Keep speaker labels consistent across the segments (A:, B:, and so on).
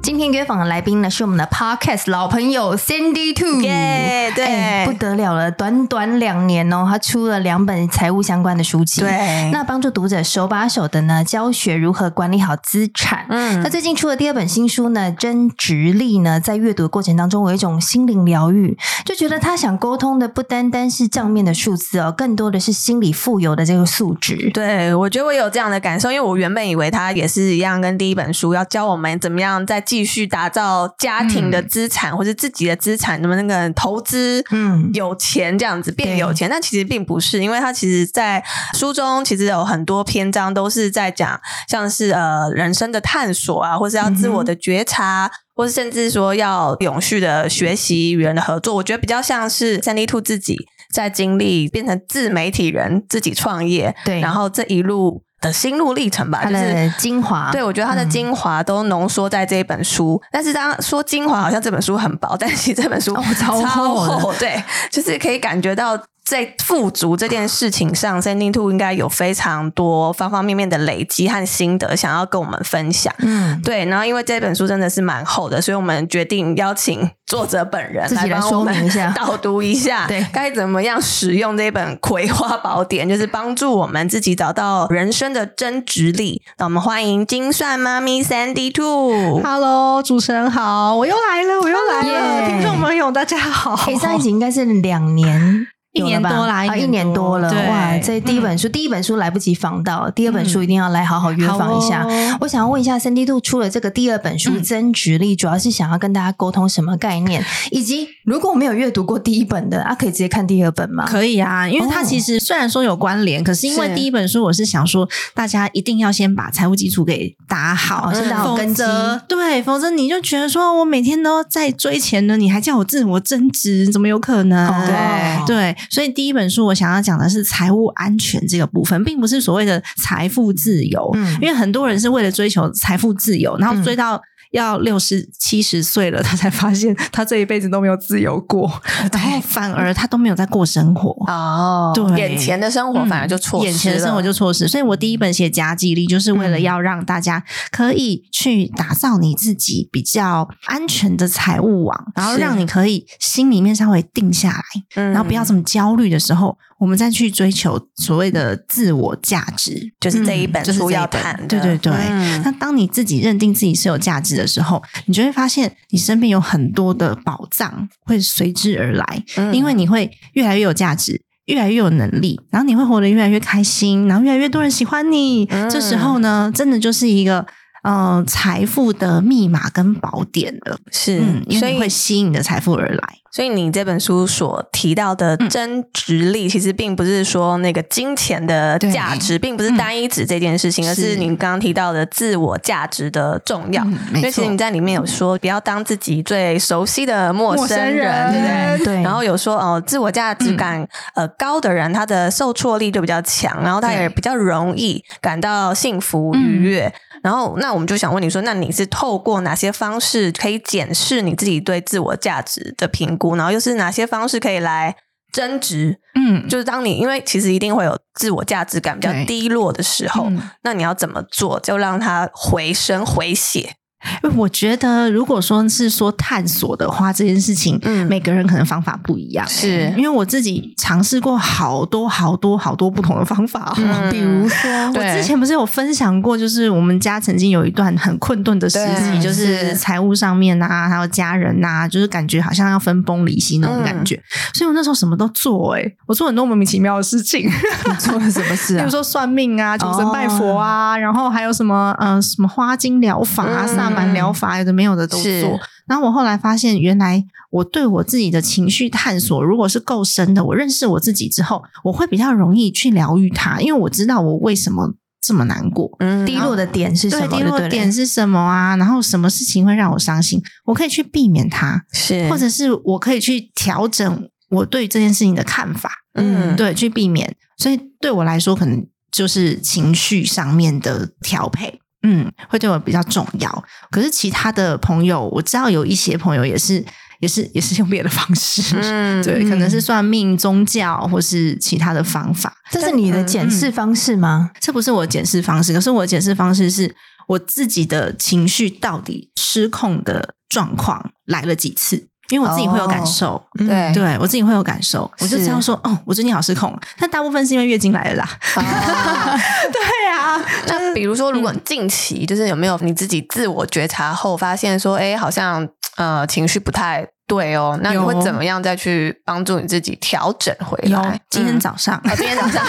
A: 今天约访的来宾呢，是我们的 Podcast 老朋友 Sandy Two。
B: 耶对
A: 哎不得了了，短短两年哦，他出了两本财务相关的书籍。
B: 对
A: 那帮助读者手把手的呢，教学如何管理好资产。嗯，那最近出的第二本新书呢，《增值力》呢，在阅读的过程当中，我有一种心灵疗愈，就觉得他想沟通的不单单是账面的数字哦，更多的是心理富有的这个素质。
B: 对，我觉得我有这样的感受，因为我原本以为他也是一样，跟第一本书要教我们怎么样再继续打造家庭的资产、或是自己的资产，那么那个投资，
A: 嗯
B: 有钱这样子变
A: 对
B: 有钱，但其实并不是，因为他其实在书中其实有很多篇章都是在讲，像是呃人生的探索啊，或是要
A: 嗯
B: 自我的觉察。或是甚至说要永续的学习与人的合作，我觉得比较像是三 D Two 自己在经历变成自媒体人，自己创业，
A: 对
B: 然后这一路的心路历程吧，
A: 他
B: 就是啊
A: 的精华，
B: 对，我觉得它的精华都浓缩在这一本书。但是当说精华，好像这本书很薄，但其实这本书
A: 哦超厚的
B: 厚对， 就是可以感觉到在富足这件事情上，Sending Two 应该有非常多方方面面的累积和心得，想要跟我们分享。
A: 嗯，
B: 对，然后因为这本书真的是蛮厚的，所以我们决定邀请作者本人
A: 自己来
B: 帮
A: 说
B: 我们
A: 明一下
B: 导读一下，
A: 对
B: 该怎么样使用这本《葵花宝典》，就是帮助我们自己找到人生的真值力。那我们欢迎精算妈咪 Sandy Two。
C: Hello，主持人好，我又来了，我又来了
A: Hello
C: 听众朋友大家好。。
A: 诶上一集应该是两年
C: 一年
A: 有了吧
C: 多啦
A: 啊一
C: 一年
A: 年
C: 多
A: 多了，
C: 对嗯
A: 哇！这第一本书，第一本书来不及访到，第二本书一定要来好好约访一下。
C: 好哦嗯
A: 我想要问一下，三 D 度出了这个第二本书《增值力》，主要是想要跟大家沟通什么概念，以及如果没有阅读过第一本的，啊，可以直接看第二本吗？
C: 可以啊，因为它
A: 哦
C: 其实虽然说有关联，可是因为
B: 是
C: 第一本书我是想说，大家一定要先把财务基础给打好，
A: 哦先打好
C: 否
A: 根基
C: 则对，否则你就觉得说我每天都在追钱呢，你还叫我自我增值，怎么有可能？
A: 哦
B: 对
C: 对，所以第一本书我想要讲的是财务安全这个部分，并不是所谓的财富自由，
A: 嗯
C: 因为很多人是为了追求财富自由，然后追到要六十七十岁了，他才发现他这一辈子都没有自由过，然后反而他都没有在过生活。
B: 哦
C: 对嗯
B: 眼前的生活嗯反而就错失了，
C: 眼前的生活就错失，所以我第一本写家计力，就是为了要让大家可以去打造你自己比较安全的财务网，然后
B: 是
C: 让你可以心里面稍微定下来，
B: 嗯，
C: 然后不要这么焦虑的时候，我们再去追求所谓的自我价值，
B: 就是这一
C: 嗯
B: 本
C: 就是
B: 书
C: 这一
B: 要
C: 本
B: 谈的
C: 对对对。
B: 嗯
C: 那当你自己认定自己是有价值的时候，你就会发现你身边有很多的宝藏会随之而来，
B: 嗯
C: 因为你会越来越有价值。越来越有能力，然后你会活得越来越开心，然后越来越多人喜欢你。
B: 嗯
C: 这时候呢，真的就是一个呃财富的密码跟宝典了。
B: 是
C: 嗯，，因
B: 所
C: 为
B: 以
C: 你会吸引你的财富而来。
B: 所以你这本书所提到的
C: 嗯
B: 增值力，其实并不是说那个金钱的价值，并不是单一指这件事情，
C: 嗯
B: 而是
C: 是
B: 你刚刚提到的自我价值的重要。
C: 嗯没
B: 因为其实
C: 错
B: 你在里面有说，不要当自己最熟悉的陌生人，
C: 陌生人
B: 对不对？
A: 对对，
B: 然后有说哦、自我价值感、呃高的人，他的受挫力就比较强，然后他也
C: 对
B: 比较容易感到幸福
C: 嗯
B: 愉悦。然后那我们就想问你说，那你是透过哪些方式可以检视你自己对自我价值的评估？然后又是哪些方式可以来？增值
C: 嗯，
B: 就是当你因为其实一定会有自我价值感比较
C: 对
B: 低落的时候，
C: 嗯
B: 那你要怎么做就让它回升回血？
C: 哎我觉得，如果说是说探索的话，这件事情，
B: 嗯
C: 每个人可能方法不一样。
B: 是
C: 因为我自己尝试过好多好多好多不同的方法 哦、
B: 嗯
C: 比如说，
B: 对
C: 我之前不是有分享过，就是我们家曾经有一段很困顿的时
B: 对
C: 期，就是是财务上面啊，还有家人呐、就是感觉好像要分崩离析
B: 嗯
C: 那种感觉。所以我那时候什么都做、欸，我做很多莫名其妙的事情。
A: 你做了什么事
C: 比
A: 啊
C: 如？说算命啊、求神拜佛啊，然后还有什么呃什么花精疗法、啊、
B: 嗯
C: 萨满疗法，有的没有的都
B: 是
C: 做。然后我后来发现，原来我对我自己的情绪探索，如果是够深的，我认识我自己之后，我会比较容易去疗愈它，因为我知道我为什么这么难过。
B: 嗯
A: 低落的点是什
C: 对
A: 么？
C: 低
A: 就
C: 落
A: 了
C: 点是什么啊？然后什么事情会让我伤心？我可以去避免它，
B: 是
C: 或者是我可以去调整我对这件事情的看法。
B: 嗯
C: 对，去避免。所以对我来说，可能就是情绪上面的调配。嗯，会对我比较重要。可是其他的朋友，我知道有一些朋友也是，也是，也是用别的方式，
B: 嗯，
C: 对，可能是算命、宗教或是其他的方法。
A: 这是你的
C: 嗯
A: 检视方式吗？
C: 这不是我解释方式，可是我解释方式是我自己的情绪到底失控的状况来了几次，因为我自己会有
B: 哦
C: 感受。
A: 嗯
B: 对
C: 对我自己会有感受，我就是知道说，哦，我最近好失控了。但大部分是因为月经来了啦。
B: 哦
C: 对啊，
B: 那比如说，如果近期就是有没有你自己自我觉察后发现说，哎，好像呃情绪不太对哦，那你
C: 有
B: 会怎么样再去帮助你自己调整回
C: 有
B: 来？
C: 哎今天
B: 嗯
C: 早上，
B: 哦今天早上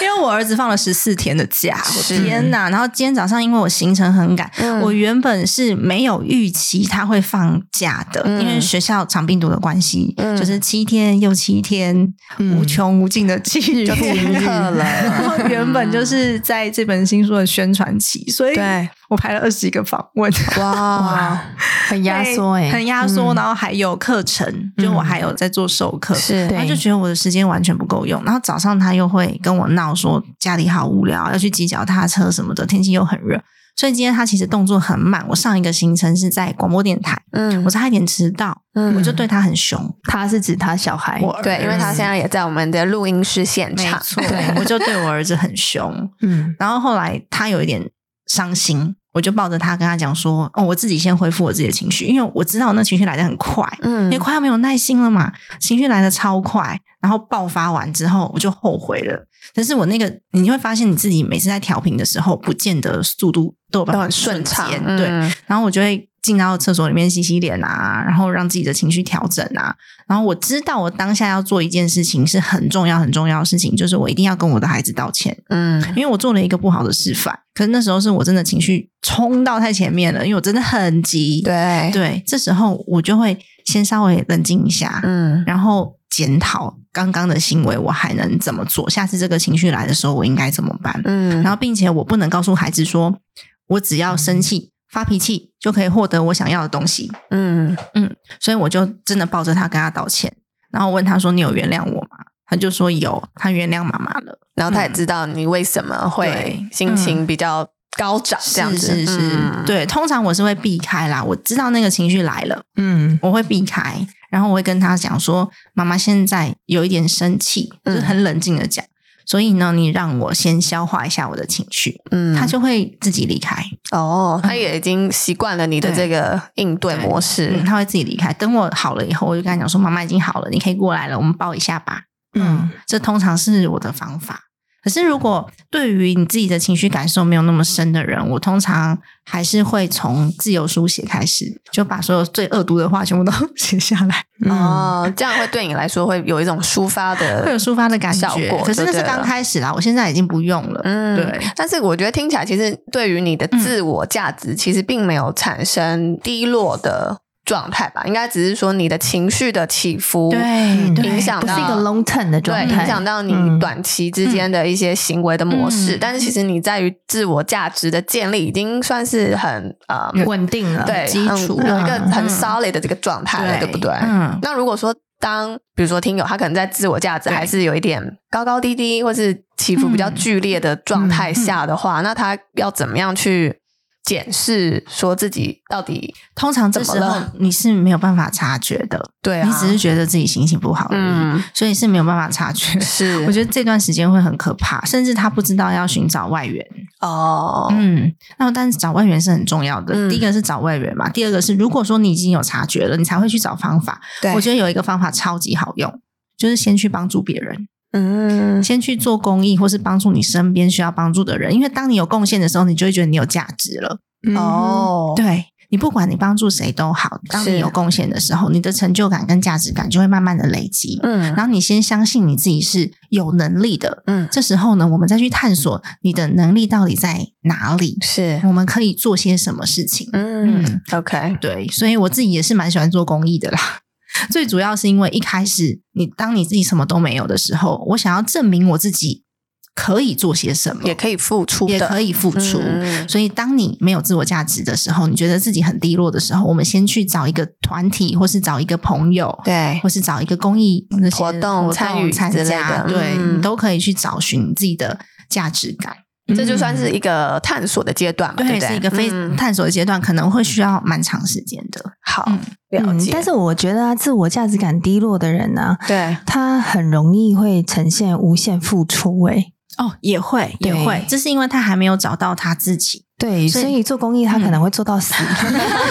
C: 因为我儿子放了十四天的假，我
B: 是
C: 天哪！然后今天早上因为我行程很赶，
B: 嗯
C: 我原本是没有预期他会放假的，
B: 嗯
C: 因为学校长病毒的关系，
B: 嗯
C: 就是七天又七天，
A: 嗯
C: 无穷无尽的七日
B: 就停课了 嗯
C: 然后原本就是在这本新书的宣传期，所以
B: 对，
C: 我排了二十一个访问，
B: 哇，
A: 很压缩
C: 对
A: 哎，
C: 很压
A: 嗯
C: 缩。然后还有课程，就我还有在做授课，
B: 嗯是
A: 对
C: 他就觉得我的时间完全不够用，然后早上他又会跟我闹说家里好无聊，要去骑脚踏车什么的，天气又很热，所以今天他其实动作很慢。我上一个行程是在广播电台，
B: 嗯
C: 我差一点迟到，
B: 嗯哎
C: 我就对他很凶，
A: 他是指他小孩，
C: 我
B: 对，因为他现在也在我们的录音室现
C: 没
B: 场，
C: 错， 我就对我儿子很凶。
A: 嗯，
C: 然后后来他有一点伤心，我就抱着他跟他讲说：“哦，我自己先恢复我自己的情绪，因为我知道我那情绪来的很快，
B: 嗯
C: 因为快要没有耐心了嘛，情绪来的超快，然后爆发完之后我就后悔了。但是我那个你会发现你自己每次在调频的时候，不见得速度都有办
B: 都
C: 法
B: 很顺畅，
C: 捷
B: 嗯
C: 对。然后我就会进到厕所里面洗洗脸啊，然后让自己的情绪调整啊。然后我知道我当下要做一件事情是很重要很重要的事情，就是我一定要跟我的孩子道歉。
B: 嗯，
C: 因为我做了一个不好的示范。可是那时候是我真的情绪冲到太前面了，因为我真的很急。
B: 对，
C: 对，哎这时候我就会先稍微冷静一下，
B: 嗯
C: 然后检讨刚刚的行为，我还能怎么做？下次这个情绪来的时候，我应该怎么办？
B: 嗯，
C: 然后，并且我不能告诉孩子说，我只要生气、发脾气就可以获得我想要的东西。
B: 嗯
C: 所以我就真的抱着他跟他道歉，然后我问他说：“你有原谅我吗？”他就说有，他原谅妈妈了。
B: 然后他也知道你为什么会
C: 嗯对嗯
B: 心情比较高涨，这样子
C: 是是是，
B: 嗯
C: 对，通常我是会避开啦。我知道那个情绪来了，
A: 嗯，
C: 我会避开，然后我会跟他讲说：“妈妈现在有一点生气，就
B: 嗯
C: 是很冷静的讲。所以呢，你让我先消化一下我的情绪，
B: 嗯
C: 他就嗯会自己离开。
B: 哦，他也已经习惯了你的这个应对模式
C: 嗯，。他会自己离开。等我好了以后，我就跟他讲说：“妈妈已经好了，你可以过来了，我们抱一下吧。”嗯
A: 嗯，
C: 这通常是我的方法。可是，如果对于你自己的情绪感受没有那么深的人，我通常还是会从自由书写开始，就把所有最恶毒的话全部都 写下来，
A: 哦，
B: 哦，这样会对你来说会有一种抒发的，
C: 嗯会有抒发的感
B: 效
C: 觉
B: 果。
C: 可是那
B: 就是对
C: 刚
B: 了
C: 开始啦，我现在已经不用了。
B: 嗯，
C: 对。嗯
B: 但是我觉得听起来，其实对于你的自我价值，其实并没有产生低落的状态吧？应该只是说你的情绪的起伏，
C: 对，对
B: 影响
A: 不是
B: 到
A: 一个 long term 的状
B: 哦对，
A: 态，
B: 影响到你
A: 嗯
B: 短期之间的一些行为的模式。
C: 嗯
B: 但是其实你在于自我价值的建立，已经算是很呃
C: 嗯
A: 稳定了，
B: 对
C: 基础
B: 很有一个
A: 嗯
B: 很
C: 嗯
B: solid 的这个状态了，对不对？
C: 嗯，
B: 那如果说当比如说听友他可能在自我价值还是有一点高高低低，或是起伏比较剧烈的状态下的话，那他要怎么样去检视说自己到底
C: 通常这
B: 怎么
C: 时候
B: 了
C: 你是没有办法察觉的，
B: 对啊？
C: 你只是觉得自己心情不好而已，
B: 嗯
C: 所以是没有办法 察觉。
B: 是
C: 我觉得这段时间会很可怕，甚至他不知道要寻找外援。
B: 哦，
C: 嗯，那但是找外援是很重要的。
B: 嗯
C: 第一个是找外援嘛，第二个是如果说你已经有察觉了，你才会去找方法。
B: 对，
C: 我
B: 得
C: 觉得有一个方法超级好用，就是先去帮助别人，
B: 嗯
C: 先去做公益，或是帮助你身边需要帮助的人。因为当你有贡献的时候，你就会觉得你有价值了。
A: 嗯
B: 哦，
C: 对你不管你帮助谁都好，当
B: 是
C: 你有贡献的时候，你的成就感跟价值感就会慢慢的累积。
B: 嗯
C: 然后你先相信你自己是有能力的，
B: 嗯
C: 这时候呢，我们再去探索你的能力到底在哪里，
B: 是
C: 我们可以做些什么事情。
B: 嗯 OK
C: 对，所以我自己也是蛮喜欢做公益的啦。最主要是因为一开始你当你自己什么都没有的时候，我想要证明我自己可以做些什么，
B: 也可以付出的，
C: 也可以付出。
B: 嗯
C: 所以，当你没有自我价值的时候，你觉得自己很低落的时候，我们先去找一个团体，或是找一个朋友，
B: 对
C: 或是找一个公益那些
B: 活动参与
C: 参
B: 之类
C: 加，
B: 的
C: 对、
B: 嗯
C: 你都可以去找寻你自己的价值感。
B: 这就算是一个探索的阶段嘛，对
C: 嗯
B: 不
C: 对，是
B: 对？
C: 一个非
B: 嗯
C: 探索的阶段，可能会需要蛮长时间的。
B: 好
C: 嗯
B: 了
A: 嗯
B: 解，，
A: 但是我觉得啊，自我价值感低落的人呢、
B: 对
A: 他很容易会呈现无限付出、欸。
C: 哦，也会，也
A: 对
C: 会，这是因为他还没有找到他自己。
A: 对，
C: 所
A: 所
C: 以嗯
A: 以做公益他可能会做到 死。他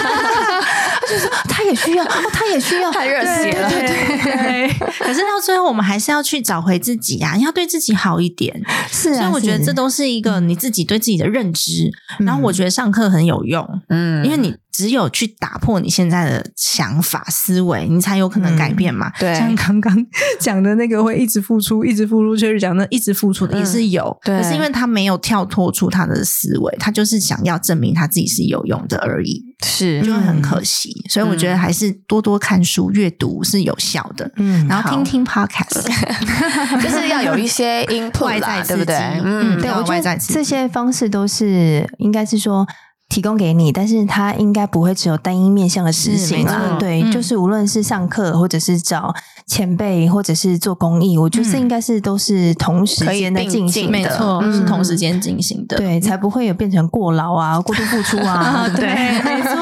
A: 就说他也需要，哦他也需要，
B: 太热
A: 对
B: 血了
A: 对对对
C: 对， 可是到最后，我们还是要去找回自己呀、你要对自己好一点。
A: 是啊。嗯
C: 所以我觉得
A: 是嗯
C: 这都是一个你自己对自己的认知。然后我觉得上课很有用，
B: 嗯
C: 因为你只有去打破你现在的想法思维，你才有可能改变
A: 嗯
C: 嘛。
B: 对
C: 像刚刚讲的那个会一直付出、 一直付出，就是讲的一直付出
A: 嗯
C: 的也是有，
B: 对
C: 可是因为他没有跳脱出他的思维，他就是想要证明他自己是有用的而已。
B: 是
C: 就会很可惜，所以我觉得还是多多看书、阅读是有效的，
A: 嗯
C: 然后听听 podcast，
B: 就是要有一些 input
C: 外
B: 啦
C: 在，
B: 对不
C: 刺
B: 对
C: 激？
B: 嗯
C: 嗯，
A: 对，
C: 要
A: 我
C: 外
A: 觉
C: 在
A: 得
C: 刺
A: 这
C: 激
A: 些方式都是应该是说。提供给你，但是它应该不会只有单一面向的
C: 是
A: 执行
C: 没
A: 啦
B: 错。
A: 对，
C: 嗯
A: 就是无论是上课，或者是找前辈，或者是做公益，我觉得这
C: 嗯
A: 应该是都是同时
B: 可以
A: 间的
B: 并
A: 进
B: 进
A: 行
B: 的
C: 没
A: 的，
C: 错，
B: 嗯
C: 是同时间进行的。
A: 对，才不会有变成过劳啊、过度付出 啊，
C: 对，没 错。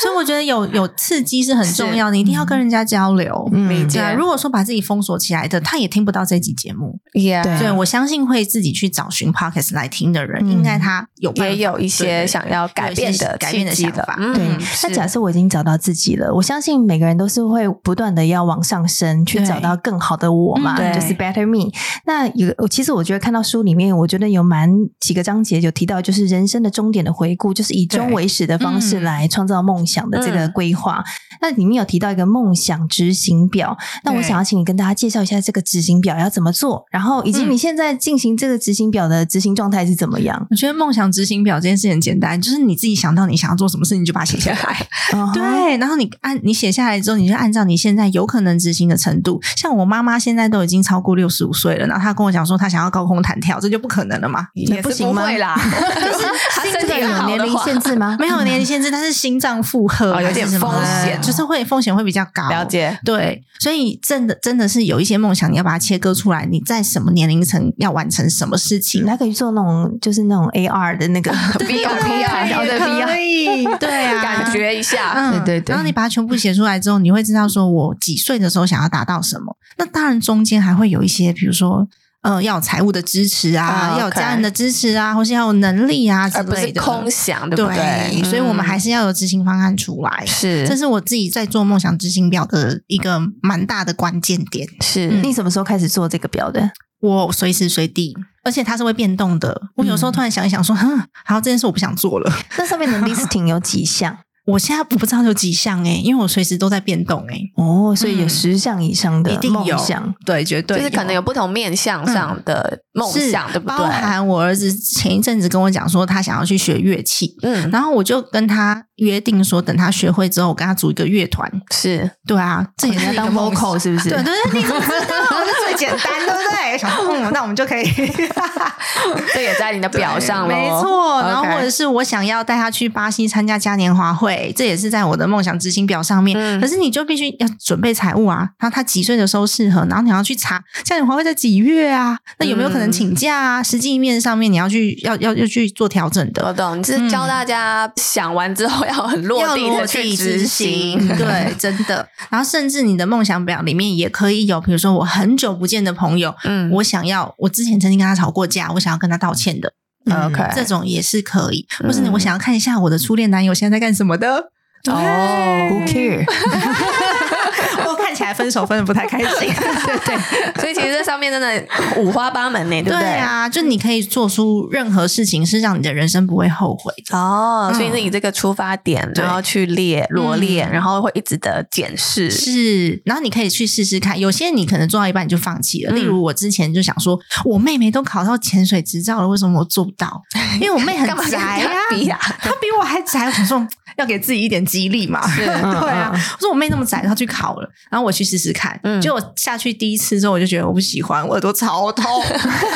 C: 所以我觉得有有刺激是很嗯重要的，你一定要跟人家交流。
A: 嗯
B: 理
C: 对啊，
B: 解
C: 如果说把自己封锁起来的，他也听不到这集节目。
B: ，yeah，
A: 对
C: 对我相信会自己去找寻 podcast 来听的人，
A: 嗯
C: 应该他有办法
B: 也有一
C: 对
B: 些
C: 对
B: 想要改变
C: 有一
B: 的
C: 些改变的
B: 契机
C: 想法
B: 嗯
A: 对，
B: 是
A: 那假设我已经找到自己了，我相信每个人都是会不断的要往上升，去
C: 对
A: 找到更好的我嘛，
B: 嗯对
A: 就是 better me。那有，其实我觉得看到书里面，我觉得有蛮几个章节有提到，就是人生的终点的回顾，就是以终
C: 对
A: 为始的方式
C: 嗯
A: 来创造梦想的这个
B: 嗯
A: 规划。那里面有提到一个梦想执行表，那我
C: 对
A: 想要请你跟大家介绍一下这个执行表要怎么做，然后以及
C: 嗯
A: 你现在进行这个执行表的执行状态是怎么 样。
C: 我觉得梦想执行表这件事很简单，就是你自己想到你想要做什么事，你就把它写下来。
A: 嗯哼，
C: 对，然后你按你写下来之后，你就按照你现在有可能执行的程度。像我妈妈现在都已经超过六十五岁了，然后她跟我讲说她想要高空弹跳，这就不可能了嘛。
B: 也
A: 不
B: 是
A: 行
B: 不
A: 吗
B: 会 啦， 就是他
A: 这
B: 身
A: 个
B: 体
A: 有
B: 好
A: 年
B: 的
A: 龄
B: 话
A: 限制 吗？
C: 没有年龄限制，但是心脏负荷
B: 哦
C: 还
B: 有
C: 是
B: 点
C: 什么
B: 风
C: 的
B: 险
C: 就是会风险会比较高。
B: 了解，
C: 对，所以真的真的是有一些梦想，你要把它切割出来，你在什么年龄层要完成什么事情
A: 你， 还可以做那种就是那种 AR 的 那个
B: VR
A: 然后
B: VR
A: 哦对 VR，
C: 以，啊 对啊，
B: 感觉一下，
C: 嗯，
A: 对对对
C: 然后你把它全部写出来之后，你会知道说我几岁的时候想要达到什么。那当然中间还会有一些，比如说。呃，要有财务的支持啊，
B: 啊
C: 要有
B: OK
C: 家人的支持啊，或是要有能力啊之
B: 而不是
C: 类的。
B: 空想，对
C: 对
B: 不对？
C: 所以我们还
B: 嗯
C: 是要有执行方案出来。
B: 是
C: 这是我自己在做梦想执行表的一个蛮大的关键点。嗯
B: 是
A: 你什么时候开始做这个表 的？
C: 我随时随地，而且它是会变动的。我有时候突然想一想说，哼，好，这件事我不想做了。
A: 那上面的 listing 有几项？
C: 我现在我不知道有几项诶、因为我随时都在变动诶、
A: 哦，所以有
C: 嗯
A: 十项以上
C: 一
A: 的
C: 定
A: 梦
C: 有
A: 想。
C: 对，绝对嗯
B: 就是可能有不同面向上的梦
C: 是
B: 想，对不对？
C: 包含我儿子前一阵子跟我讲说，他想要去学乐器，
B: 嗯，
C: 然后我就跟他约定说，等他学会之后，我跟他组一个乐团。
B: 是
C: 对啊，这也
A: 你
C: 是
B: 哦
A: 要
C: 一个
A: 当
C: 梦想
A: vocal 是不是？
C: 对对对，你怎么知道？这最简单，对不对？想说，嗯，那我们就可以
B: 这也在你的表上了，
C: 没错。然后
B: OK
C: 或者是我想要带他去巴西参加嘉年华会，这也是在我的梦想执行表上面。
B: 嗯
C: 可是你就必须要准备财务啊，然后他几岁的时候适合，然后你要去查嘉年华会在几月啊？那有没有可能请假
B: 嗯
C: 啊？实际面上面你要去要要要去做调整的
B: 我。懂，你是教大家想完之后要很落地的去执行，
C: 嗯 对，真的。然后甚至你的梦想表里面也可以有，比如说我很久不见的朋友，
B: 嗯
C: 我想要，我之前曾经跟他吵过架，我想要跟他道歉的，
A: 嗯
B: OK
C: 这种也是可以。或是
B: 嗯
C: 我想要看一下我的初恋男友现在在干什么 的。
B: 哦
A: Who care？
C: 我看起来分手分的不太开 心，对对
B: 所以其实这上面真的五花八门呢，对不
C: 对
B: 对？
C: 啊，就你可以做出任何事情，是让你的人生不会后悔的。
B: 哦，
C: 嗯
B: 所以是以这个出发点，
C: 对
B: 然后去列罗列，
C: 嗯
B: 然后会一直的检视，
C: 是，然后你可以去试试看。有些你可能做到一半你就放弃了，例
B: 嗯
C: 如我之前就想说，我妹妹都考到潜水执照了，为什么我做不到？因为我妹 很
B: 干嘛跟
C: 宅
B: 人
C: 啊
B: 家，比呀？
C: 她比我还宅。我想说，要给自己一点激励 嘛。
A: 嗯
C: 对啊，我说我妹那么宅，她去考了，然后我去试试看。
B: 嗯
C: 就我下去第一次之后，我就觉得我不喜欢，我耳朵超 痛。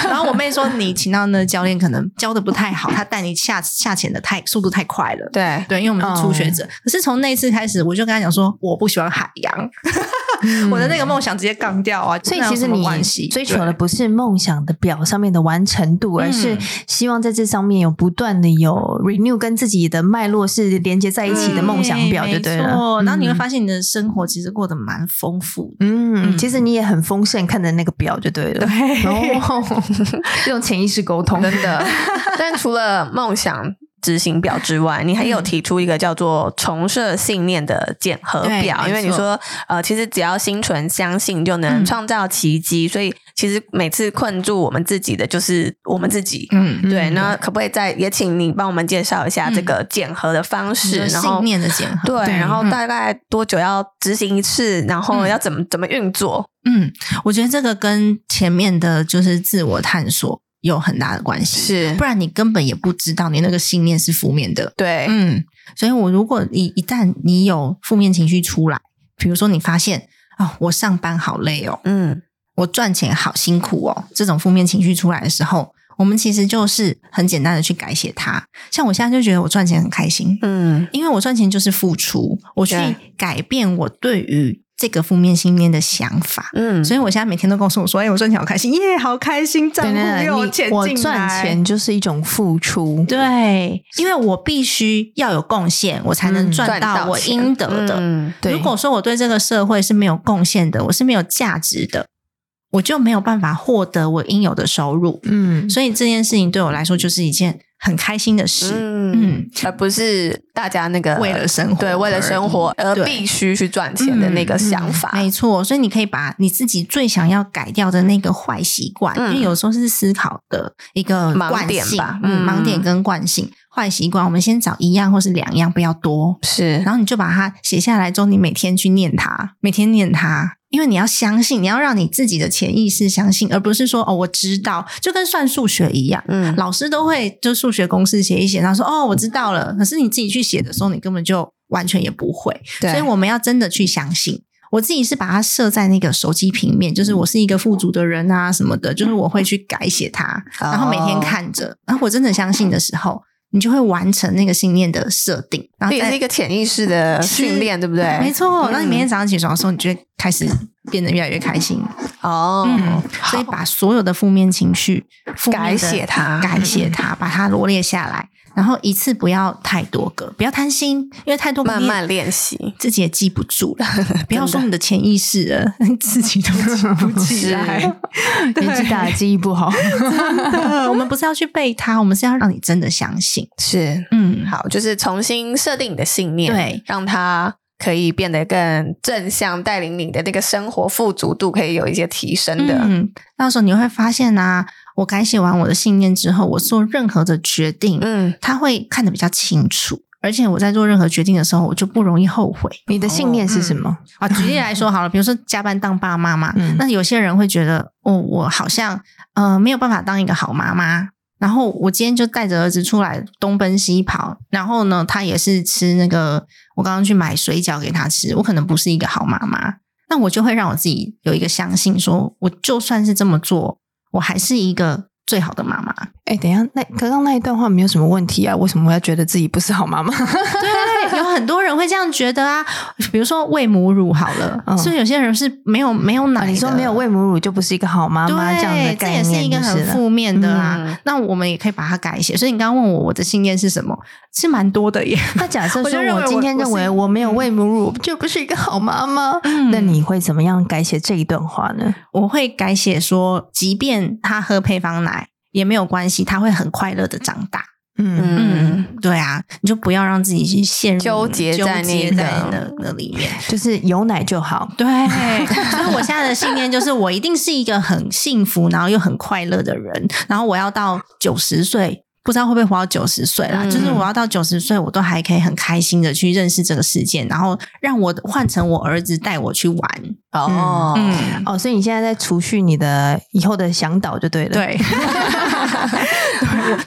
C: 然后我妹说，你请到那个教练可能教的不太好，他带你下下潜的太速度太快了。
B: 对，
A: 嗯
C: 对，因为我们是初学者。可是从那一次开始，我就跟他讲说，我不喜欢海洋， 我的那个梦想直接杠掉啊。
A: 嗯所以
C: 那有
A: 其实
C: 什么
A: 你
C: 关系
A: 追求的不是梦想的表上面的完成度，而是希望在这上面有不断的有 renew 跟自己的脉络是连接在一起的梦想表，就对
C: 没
A: 了。
C: 错
A: 嗯
C: 然后你会发现你的生活其实过得蛮丰富的。
A: 嗯，
C: 嗯
A: 其实你也很丰盛，看着那个表就对了。
B: 对，
A: 哦， 这种潜意识沟通，
B: 真的。但除了梦想执行表之外，你还有提出一个叫做重设信念的检核表，
C: 对
B: 因为你
C: 没错
B: 说呃，其实只要心存相信就能
C: 嗯
B: 创造奇迹，所以其实每次困住我们自己的就是我们自己。
C: 嗯，
B: 对，
A: 嗯
B: 那可不可以再也请你帮我们介绍一下这
C: 嗯
B: 个检核的方
C: 你
B: 式？
C: 的
B: 然后
C: 信念的结合。
B: 对，
A: 嗯对
B: 然后
C: 嗯
B: 大概多久要执行一次？然后
C: 嗯
B: 要怎么怎么运作？
C: 嗯，我觉得这个跟前面的就是自我探索有很大的关系，
B: 是
C: 不然你根本也不知道你那个信念是负面的。
B: 对，
C: 嗯，所以我如果你一旦你有负面情绪出来，比如说你发现啊、我上班好累哦，
B: 嗯，
C: 我赚钱好辛苦哦，这种负面情绪出来的时候，我们其实就是很简单的去改写它。像我现在就觉得我赚钱很开心，
B: 嗯，
C: 因为我赚钱就是付出，我去
B: 对
C: 改变我对于这个负面信念的想法。
B: 嗯，
C: 所以我现在每天都告诉我说：“哎、我赚钱好开心，耶，好开心，账
A: 对
C: 户
A: 那
C: 又有
A: 你
C: 钱
A: 我
C: 进
A: 赚
C: 来
A: 钱就是一种付出，
C: 对，因为我必须要有贡献，我才
A: 嗯
C: 能赚
B: 赚
C: 到
B: 到
C: 我
B: 钱
C: 应得的。
B: 嗯
A: 对
C: 如果说我对这个社会是没有贡献的，我是没有价值的，我就没有办法获得我应有的收入。
A: 嗯，
C: 所以这件事情对我来说就是一件很开心的事。
B: 嗯，
C: 嗯，
B: 而不是大家那个
C: 为了生活，
B: 对为了生活而
C: 对嗯
B: 必须去赚钱的那个想法，
C: 没错，所以你可以把你自己最想要改掉的那个坏习惯，
B: 嗯
C: 因为有时候是思考的一个
B: 盲
C: 惯
B: 点
C: 性
B: 吧嗯
C: 嗯，盲点跟惯性、坏习惯，我们先找一样或是两样，不要多。
B: 是
C: 然后你就把它写下来之后，你每天去念它，每天念它，因为你要相信，你要让你自己的潜意识相信，而不是说哦，我知道，就跟算数学一样。
B: 嗯，
C: 老师都会就数学公式写一写，然后说哦我知道了，可是你自己去写的时候，你根本就完全也不会，
B: 对
C: 所以我们要真的去相信。我自己是把它设在那个手机平面，就是我是一个富足的人啊什么的，就是我会去改写它，
B: 哦
C: 然后每天看着，然后我真的相信的时候，你就会完成那个信念的设定，然后
B: 这也
C: 再
B: 是一个潜意识的训练，对不对？
C: 没错，那你
B: 嗯
C: 每天早上起床的时候，你就会开始变得越来越开心。
B: 哦，
C: 嗯，所以把所有的负面情绪负面的
B: 改写它
C: 改写它，把它罗列下来，然后一次不要太多个，不要贪心，因为太多个
B: 慢
C: 你也
B: 慢练习，
C: 自己也记不住 了。不要说你的潜意识了，你自己 都记不起来。
A: 年纪大了记忆不 好，
C: 我们不是要去背它，我们是要让你真的相信。
B: 是
C: 嗯，
B: 好，就是重新设定你的信念，
C: 对，
B: 让它。可以变得更正向，带领你的那个生活富足度可以有一些提升的。
C: 嗯，到时候你会发现啊，我改写完我的信念之后，我做任何的决定，
B: 嗯，
C: 他会看得比较清楚，而且我在做任何决定的时候，我就不容易后悔
A: 你的信念是什么？
C: 啊。举例来说好了，比如说加班当爸妈嘛，
A: 嗯
C: 那有些人会觉得，哦，我好像呃没有办法当一个好妈妈。然后我今天就带着儿子出来东奔西跑，然后呢，他也是吃那个我刚刚去买水饺给他吃，我可能不是一个好妈妈，那我就会让我自己有一个相信说，我就算是这么做，我还是一个最好的妈妈。
A: 哎、等一下，那刚刚那一段话没有什么问题啊？为什么我要觉得自己不是好妈妈？
C: 对，有很多人会这样觉得啊。比如说喂母乳好了，
A: 嗯
C: 所以有些人是没有没有奶
A: 啊
C: 的、
A: 你说没有喂母乳就不是一个好妈
C: 对，
A: 妈这样的
C: 这
A: 概
C: 也是
A: 念
C: 一
A: 就
C: 个
A: 是
C: 很
A: 了
C: 负面的啊。
B: 嗯
C: 那我们也可以把它改写。所以你刚刚问我我的信念是什么，是蛮多的耶。
A: 那假设
C: 我就
A: 说
C: 认为
A: 我
C: 我
A: 今天
C: 我是
A: 认为我没有喂母乳，就不是一个好妈妈，
C: 嗯
A: 那你会怎么样改写这一段话呢？
C: 我会改写说，即便他喝配方奶也没有关系，他会很快乐的长大。
A: 嗯，
B: 嗯，
C: 嗯，对啊，你就不要让自己去陷入
B: 纠结
C: 纠
B: 在那
C: 结
B: 个
C: 在那那里面。
A: 就是有奶就好。
C: 对， 所以我现在的信念就是，我一定是一个很幸福，然后又很快乐的人。然后我要到九十岁，不知道会不会活到九十岁啦。
B: 嗯
C: 就是我要到九十岁，我都还可以很开心的去认识这个世界，然后让我换成我儿子带我去玩。
B: 哦，
C: 嗯，
A: 哦，所以你现在在储蓄你的以后的向导就对了。，
C: 对。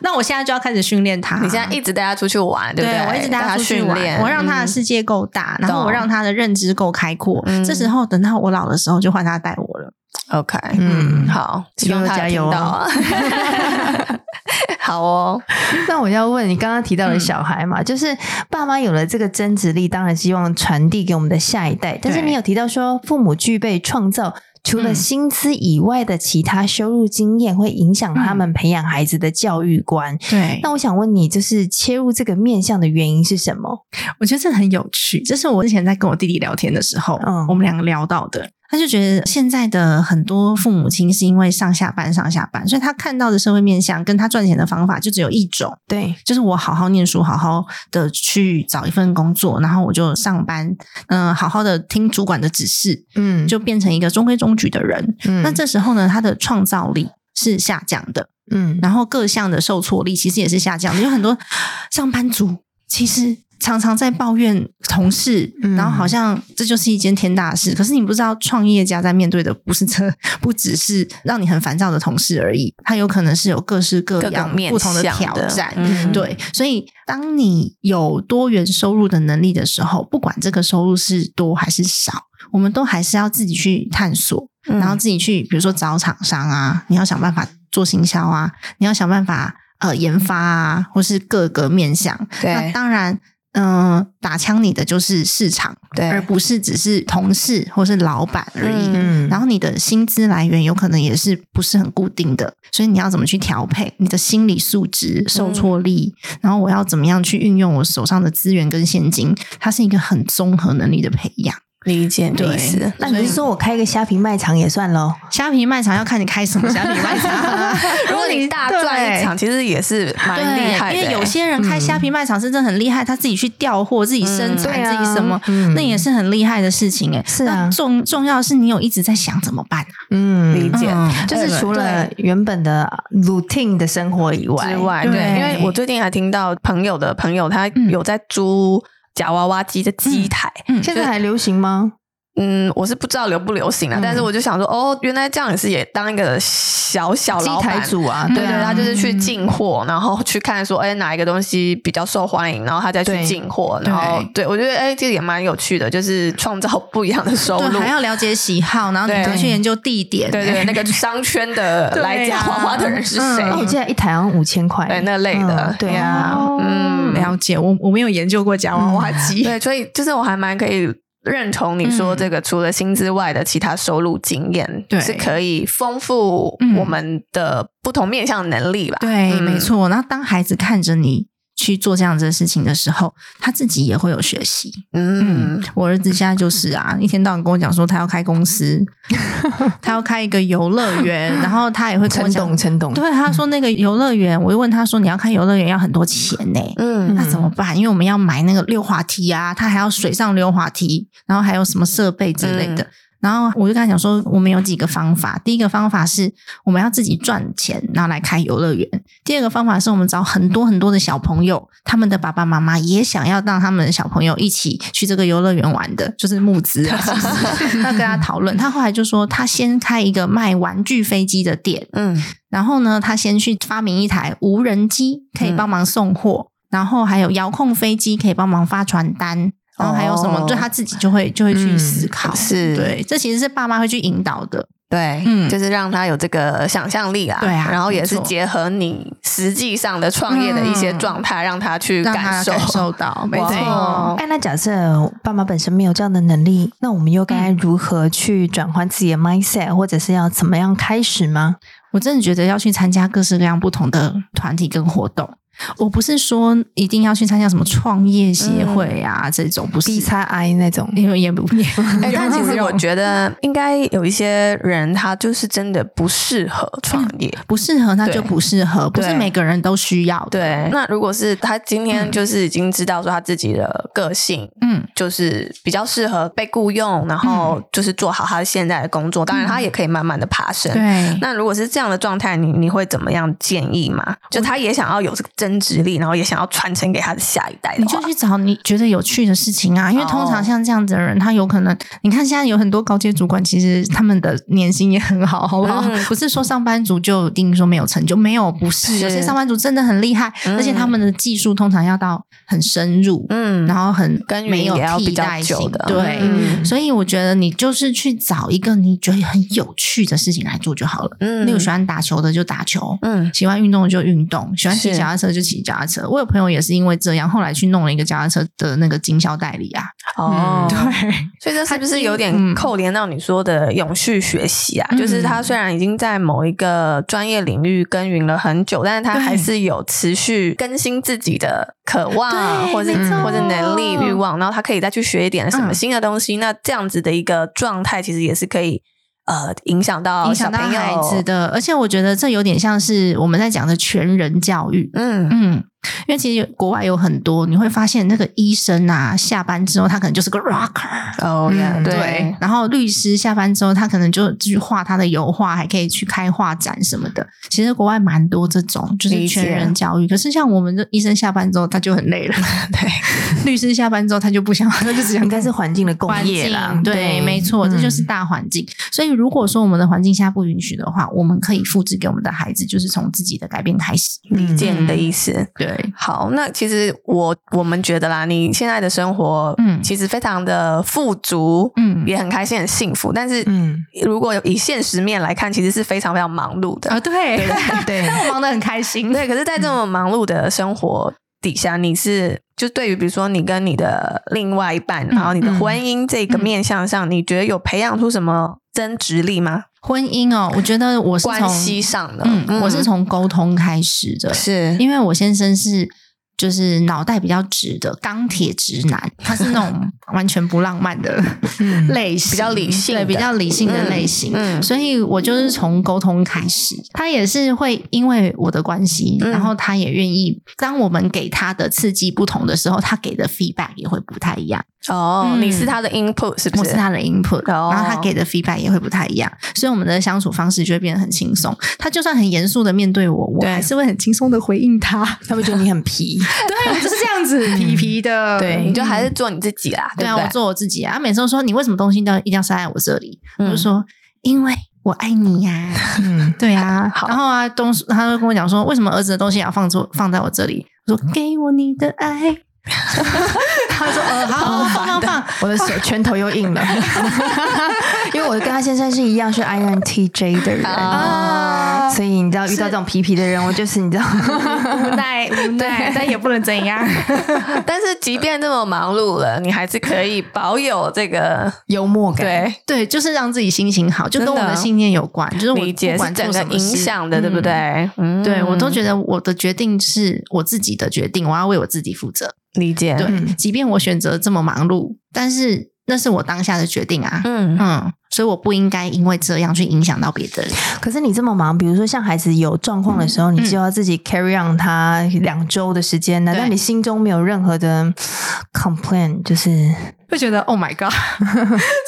C: 那我现在就要开始训练他。
B: 你现在一直带他出去玩，
C: 对
B: 不对？
C: 我一直带他出去
B: 训练，
C: 玩，我让他的
B: 嗯
C: 世界够大，然后我
B: 懂
C: 让他的认知够开阔。
B: 嗯
C: 这时候等到我老的时候，就换他带我了。
B: OK，
A: 嗯
B: 好，希望
C: 哦
A: 加油
B: 他有
A: 加油
B: 听到啊。好哦，
C: 嗯
A: 那我要问你，刚刚提到的小孩嘛，就是爸妈有了这个增值力，当然希望传递给我们的下一代。但是你有提到说，父母具备创造除了
C: 嗯
A: 薪资以外的其他收入经验，会影响他
C: 嗯
A: 们培养孩子的教育观。
C: 对
A: 那我想问你，就是切入这个面向的原因是什么？
C: 我觉得这很有趣，这是我之前在跟我弟弟聊天的时候，
A: 嗯
C: 我们两个聊到的。他就觉得现在的很多父母亲是因为上下班上下班，所以他看到的社会面向跟他赚钱的方法就只有一种，
A: 对，
C: 就是我好好念书，好好的去找一份工作，然后我就上班，嗯、好好的听主管的指示，
A: 嗯，
C: 就变成一个中规中矩的人。
A: 嗯
C: 那这时候呢，他的创造力是下降的，
A: 嗯
C: 然后各项的受挫力其实也是下降的，有很多 上班族其实常常在抱怨同事，
A: 嗯
C: 然后好像这就是一件天大的事。可是你不知道，创业家在面对的不是这， 不只是让你很烦躁的同事而已，他有可能是有各式各
B: 各
C: 样
B: 种面
C: 不同的
B: 向
C: 挑
B: 的
C: 战。
B: 嗯
C: 对，所以当你有多元收入的能力的时候，不管这个收入是多还是少，我们都还是要自己去探索。嗯
B: 嗯
C: 然后自己去，比如说找厂商啊，你要想办法做行销啊，你要想办法呃研发啊，或是各个面向。那
B: 对
C: 当然，嗯、打枪你的就是市场，而
B: 对
C: 不是只是同事或是老板而已。
B: 嗯
A: 嗯，
C: 然后你的薪资来源有可能也是不是很固定的，所以你要怎么去调配你的心理素质、受挫力，
B: 嗯
C: 然后我要怎么样去运用我手上的资源跟现金，它是一个很综合能力的培养。
B: 理解你的意
C: 对
B: 思。
A: 那你是说我开一个虾皮卖场也算喽？
C: 虾皮卖场要看你开什么虾皮 卖 场。啊
B: 如果你大赚一场，其实也是蛮
C: 对，
B: 厉害的欸，
C: 因为有些人开虾皮卖场是真的很厉害，他自己去调货、自己生产、
A: 对啊
C: 自己什么，
A: 嗯
C: 那也是很厉害的事情哎、
A: 是啊
C: 那重重要的是你有一直在想怎么办啊？
A: 嗯，
B: 理解
C: 嗯
A: 就是除了
B: 对
A: 原本的 routine 的生活以外，
B: 之外，
C: 对
B: 对，因为我最近还听到朋友的朋友，他
C: 嗯
B: 有在租夹娃娃机的机台。
A: 现在还流行吗？
B: 嗯，我是不知道流不流行啊，
A: 嗯
B: 但是我就想说，哦，原来这样也是也当一个小小
A: 机
B: 老
A: 台
B: 板。
A: 主啊，
C: 嗯
B: 对对，
A: 啊
B: 他就是去进货，然后去看说，哎，哪一个东西比较受欢迎，然后他再去
A: 对
B: 进货，
C: 嗯
B: 然后对我觉得，哎，这个也蛮有趣的，就是创造不一样的收
C: 对，
B: 入
C: 还。要了解喜好，然后你
B: 对
C: 还要去研究地点、
B: 对对，
C: 哎
B: 那个商圈的
C: 对啊
B: 来夹娃娃的人是谁
C: 嗯？
A: 哦我记得一台好像五千块，
B: 对那类的
A: 嗯对
B: 呀
A: 啊，
C: 哦
B: 嗯
C: 了解。我我没有研究过夹娃娃机，
B: 对，所以就是我还蛮可以认同你说
C: 嗯
B: 这个，除了薪资外的其他收入经验，
C: 对
B: 是可以丰富
C: 嗯
B: 我们的不同面向能力吧？
C: 对，
B: 嗯
C: 没错。然后当孩子看着你。去做这样子的事情的时候，他自己也会有学习。嗯
B: 嗯，，
C: 我儿子现在就是啊，一天到晚跟我讲说他要开 公司，他要开一个游乐园，然后他也会跟我
A: 陈
C: 讲
A: 董，，陈董，
C: 对，他说那个游乐园，我就问他说你要开游乐园要很多钱呢、
B: 嗯
C: 那怎么办？因为我们要买那个溜滑梯啊，他还要水上溜滑梯，然后还有什么设备之类的。然后我就跟他讲说，我们有几个方法。第一个方法是我们要自己赚钱，然后来开游乐园。第二个方法是我们找很多很多的小朋友，他们的爸爸妈妈也想要让他们的小朋友一起去这个游乐园玩的，就是募资啊，是不是要跟他讨论。他后来就说，他先开一个卖玩具飞机的店，
B: 嗯
C: 然后呢，他先去发明一台无人机，可
B: 嗯
C: 以帮忙送货，然后还有遥控飞机可以帮忙发传单，然后还有什么，
B: 哦嗯
C: 就他自己就会就会去思考。
B: 是
C: 对，这其实是爸妈会去引导的。
B: 对，
C: 嗯
B: 就是让他有这个想象力啦，
C: 对啊
B: 然后也是
C: 没错
B: 结合你实际上的创业的一些
C: 嗯
B: 状态，让他去
C: 让他
B: 感受。
C: 感受 到，没
B: 哇哦
C: 错，
A: 哎，那假设爸妈本身没有这样的能力，那我们又该
B: 嗯
A: 如何去转换自己的 mindset，或者是要怎么样开始吗？
C: 我真的觉得要去参加各式各样不同的团体跟活动。我不是说一定要去参加什么
B: 嗯
C: 创业协会啊、这种，不是
A: B，叉 I 那种，
C: 因为也不 也
B: 哎，
C: 嗯
B: 但其实我觉得应该有一些人，他就是真的不适合创业。
C: 不适合，那
B: 对
C: 就不适合，不是
B: 对
C: 每个人都需要的。
B: 对，那如果是他今天就是已经知道说他自己的个性，
C: 嗯，
B: 就是比较适合被雇佣，然后就是做好他现在的工作。
C: 嗯
B: 当然，他也可以慢慢的爬升。
C: 对，
B: 那如果是这样的状态，你你会怎么样建议吗？就他也想要有这个增值力，然后也想要传承给他的下一代的
C: 你
B: 话
C: 就去找你觉得有趣的事情啊，因为通
B: 哦
C: 常像这样子的人，他有可能，你看现在有很多高阶主管，其实他们的年薪也很好，好不好？
B: 嗯
C: 不是说上班族就一定说没有成就，没有，不是，
B: 是
C: 有些上班族真的很厉害，
B: 嗯
C: 而且他们的技术通常要到很深入，
B: 嗯
C: 然后很
B: 根源
C: 没有
B: 也要
C: 替
B: 比较
C: 代性
B: 久的
C: 对。
B: 嗯
C: 所以我觉得你就是去找一个你觉得很有趣的事情来做就好了。
B: 嗯
C: 例如喜欢打球的就打球，
B: 嗯
C: 喜欢运动就运动，喜欢骑
B: 是
C: 脚踏车就骑脚踏车。我有朋友也是因为这样，后来去弄了一个脚踏车的那个经销代理啊。
B: 哦，
C: 对，
B: 所以这是不是有
C: 嗯
B: 点扣连到你说的永续学习啊？
C: 嗯
B: 就是他虽然已经在某一个专业领域耕耘了很久，但是他
C: 对
B: 还是有持续更新自己的渴望，
A: 对
B: 或者
A: 没错
B: 或者能力欲望，然后他可以再去学一点什
C: 嗯
B: 么新的东西。那这样子的一个状态，其实也是可以呃影响到
C: 影
B: 小
C: 响到
B: 朋友
C: 孩子。的，而且我觉得这有点像是我们在讲的全人教育。
B: 嗯，
C: 嗯，因为其实有国外有很多，你会发现那个医生啊，下班之后他可能就是个 rocker，
B: 哦
A: 嗯
B: 呀，
A: 对
B: 对，
C: 然后律师下班之后，他可能就继续画他的油画，还可以去开画展什么的。其实国外蛮多这种，就是
B: 理解
C: 全人教育。可是像我们这医生下班之后，他就很累了；律师下班之后，他就不想，他就只想
A: 应该是嗯环境的嗯共
C: 环
A: 业
C: 境
A: 啦。
C: 对，没错，这就是大环境。所以，如果说我们的环境下不允许的话，我们可以复制给我们的孩子，就是从自己的改变开始。
B: 理
A: 嗯
B: 解你的意思。
C: 对，
B: 好，那其实我我们觉得啦，你现在的生活，
C: 嗯
B: 嗯，其实非常的富足，
C: 嗯
B: 也很开心、很幸福。但是，
A: 嗯
B: 如果以现实面来看，其实是非常非常忙碌的。
C: 啊，对，
A: 对
C: 但 我忙得很开心。
B: 对，可是，在这么忙碌的生活底下，你是就对于比如说你跟你的另外一半，
C: 嗯
B: 然后你的婚姻这个面向上，你觉得有培养出什么增值力吗？
C: 婚姻哦，我觉得我是
B: 关
C: 从
B: 系上的，
C: 嗯，我是从沟通开始的，
B: 是
C: 因为我先生是就是脑袋比较直的钢铁直男，他是那 种完全不浪漫的
A: 嗯
C: 类型，
B: 比较理性的
C: 对，比较理性的类型。
B: 嗯嗯
C: 所以我就是从沟通开始，他也是会因为我的关系，
B: 嗯
C: 然后他也愿意，当我们给他的刺激不同的时候，他给的 feedback 也会不太一样。
B: 哦，
C: 嗯
B: 你是他的 input 是不
C: 我
B: 是？
C: 是他的 input，、
B: 哦
C: 然后 他给的 feedback 也会不太一样，所以我们的相处方式就会变得很轻松。他就算很严肃的面对我，我
B: 对
C: 还是会很轻松的回应他。
A: 他会觉得你很皮，
C: 对，我就是这样 子，皮皮的。
B: 对，
C: 嗯
B: 你就还是做你自己啦，
C: 对
B: 对
C: 啊，
B: 不
C: 我
B: 对？
C: 做我自己啊。他每次都说你为什么东西都一定要塞在我这里，
B: 嗯
C: 我就说因为我爱你呀、
A: 嗯，
C: 对啊，
B: 好
C: 然后啊，东他就跟我讲说，为什么儿子的东西也要放做放在我这里？我说给我你的爱。 他说呃好，放放放，
A: 我的手拳头又硬了， 因为我跟他先生是一样是 INTJ 的人。
B: 啊
A: 所以你知道遇到这种皮皮的 人，我就是你知道，
C: 无奈无奈，但也不能怎样。
B: 但是即便这么忙碌了，你还是可以保有这个
A: 幽默感。
B: 对
C: 对，就是让自己心情好，就跟
B: 真
C: 我
B: 的
C: 的信念有关，就是我
B: 理解是
C: 不管
B: 整
C: 做
B: 个
C: 什么
B: 影
C: 事
B: 响的，对不？
C: 嗯
B: 对？嗯，
C: 对，我都觉得我的决定是我自己的决定，我要为我自己负责。
B: 理解。
C: 对，
A: 嗯
C: 即便我选择这么忙碌，但是那是我当下的决定啊。
B: 嗯，
C: 嗯，所以我不应该因为这样去影响到别的人。
A: 可是你这么忙，比如说像孩子有状况的时候，你就要自己 carry on 他两周的时间呢。
C: 对
A: 但你心中没有任何的 complain，就是
C: 会觉得 Oh my God，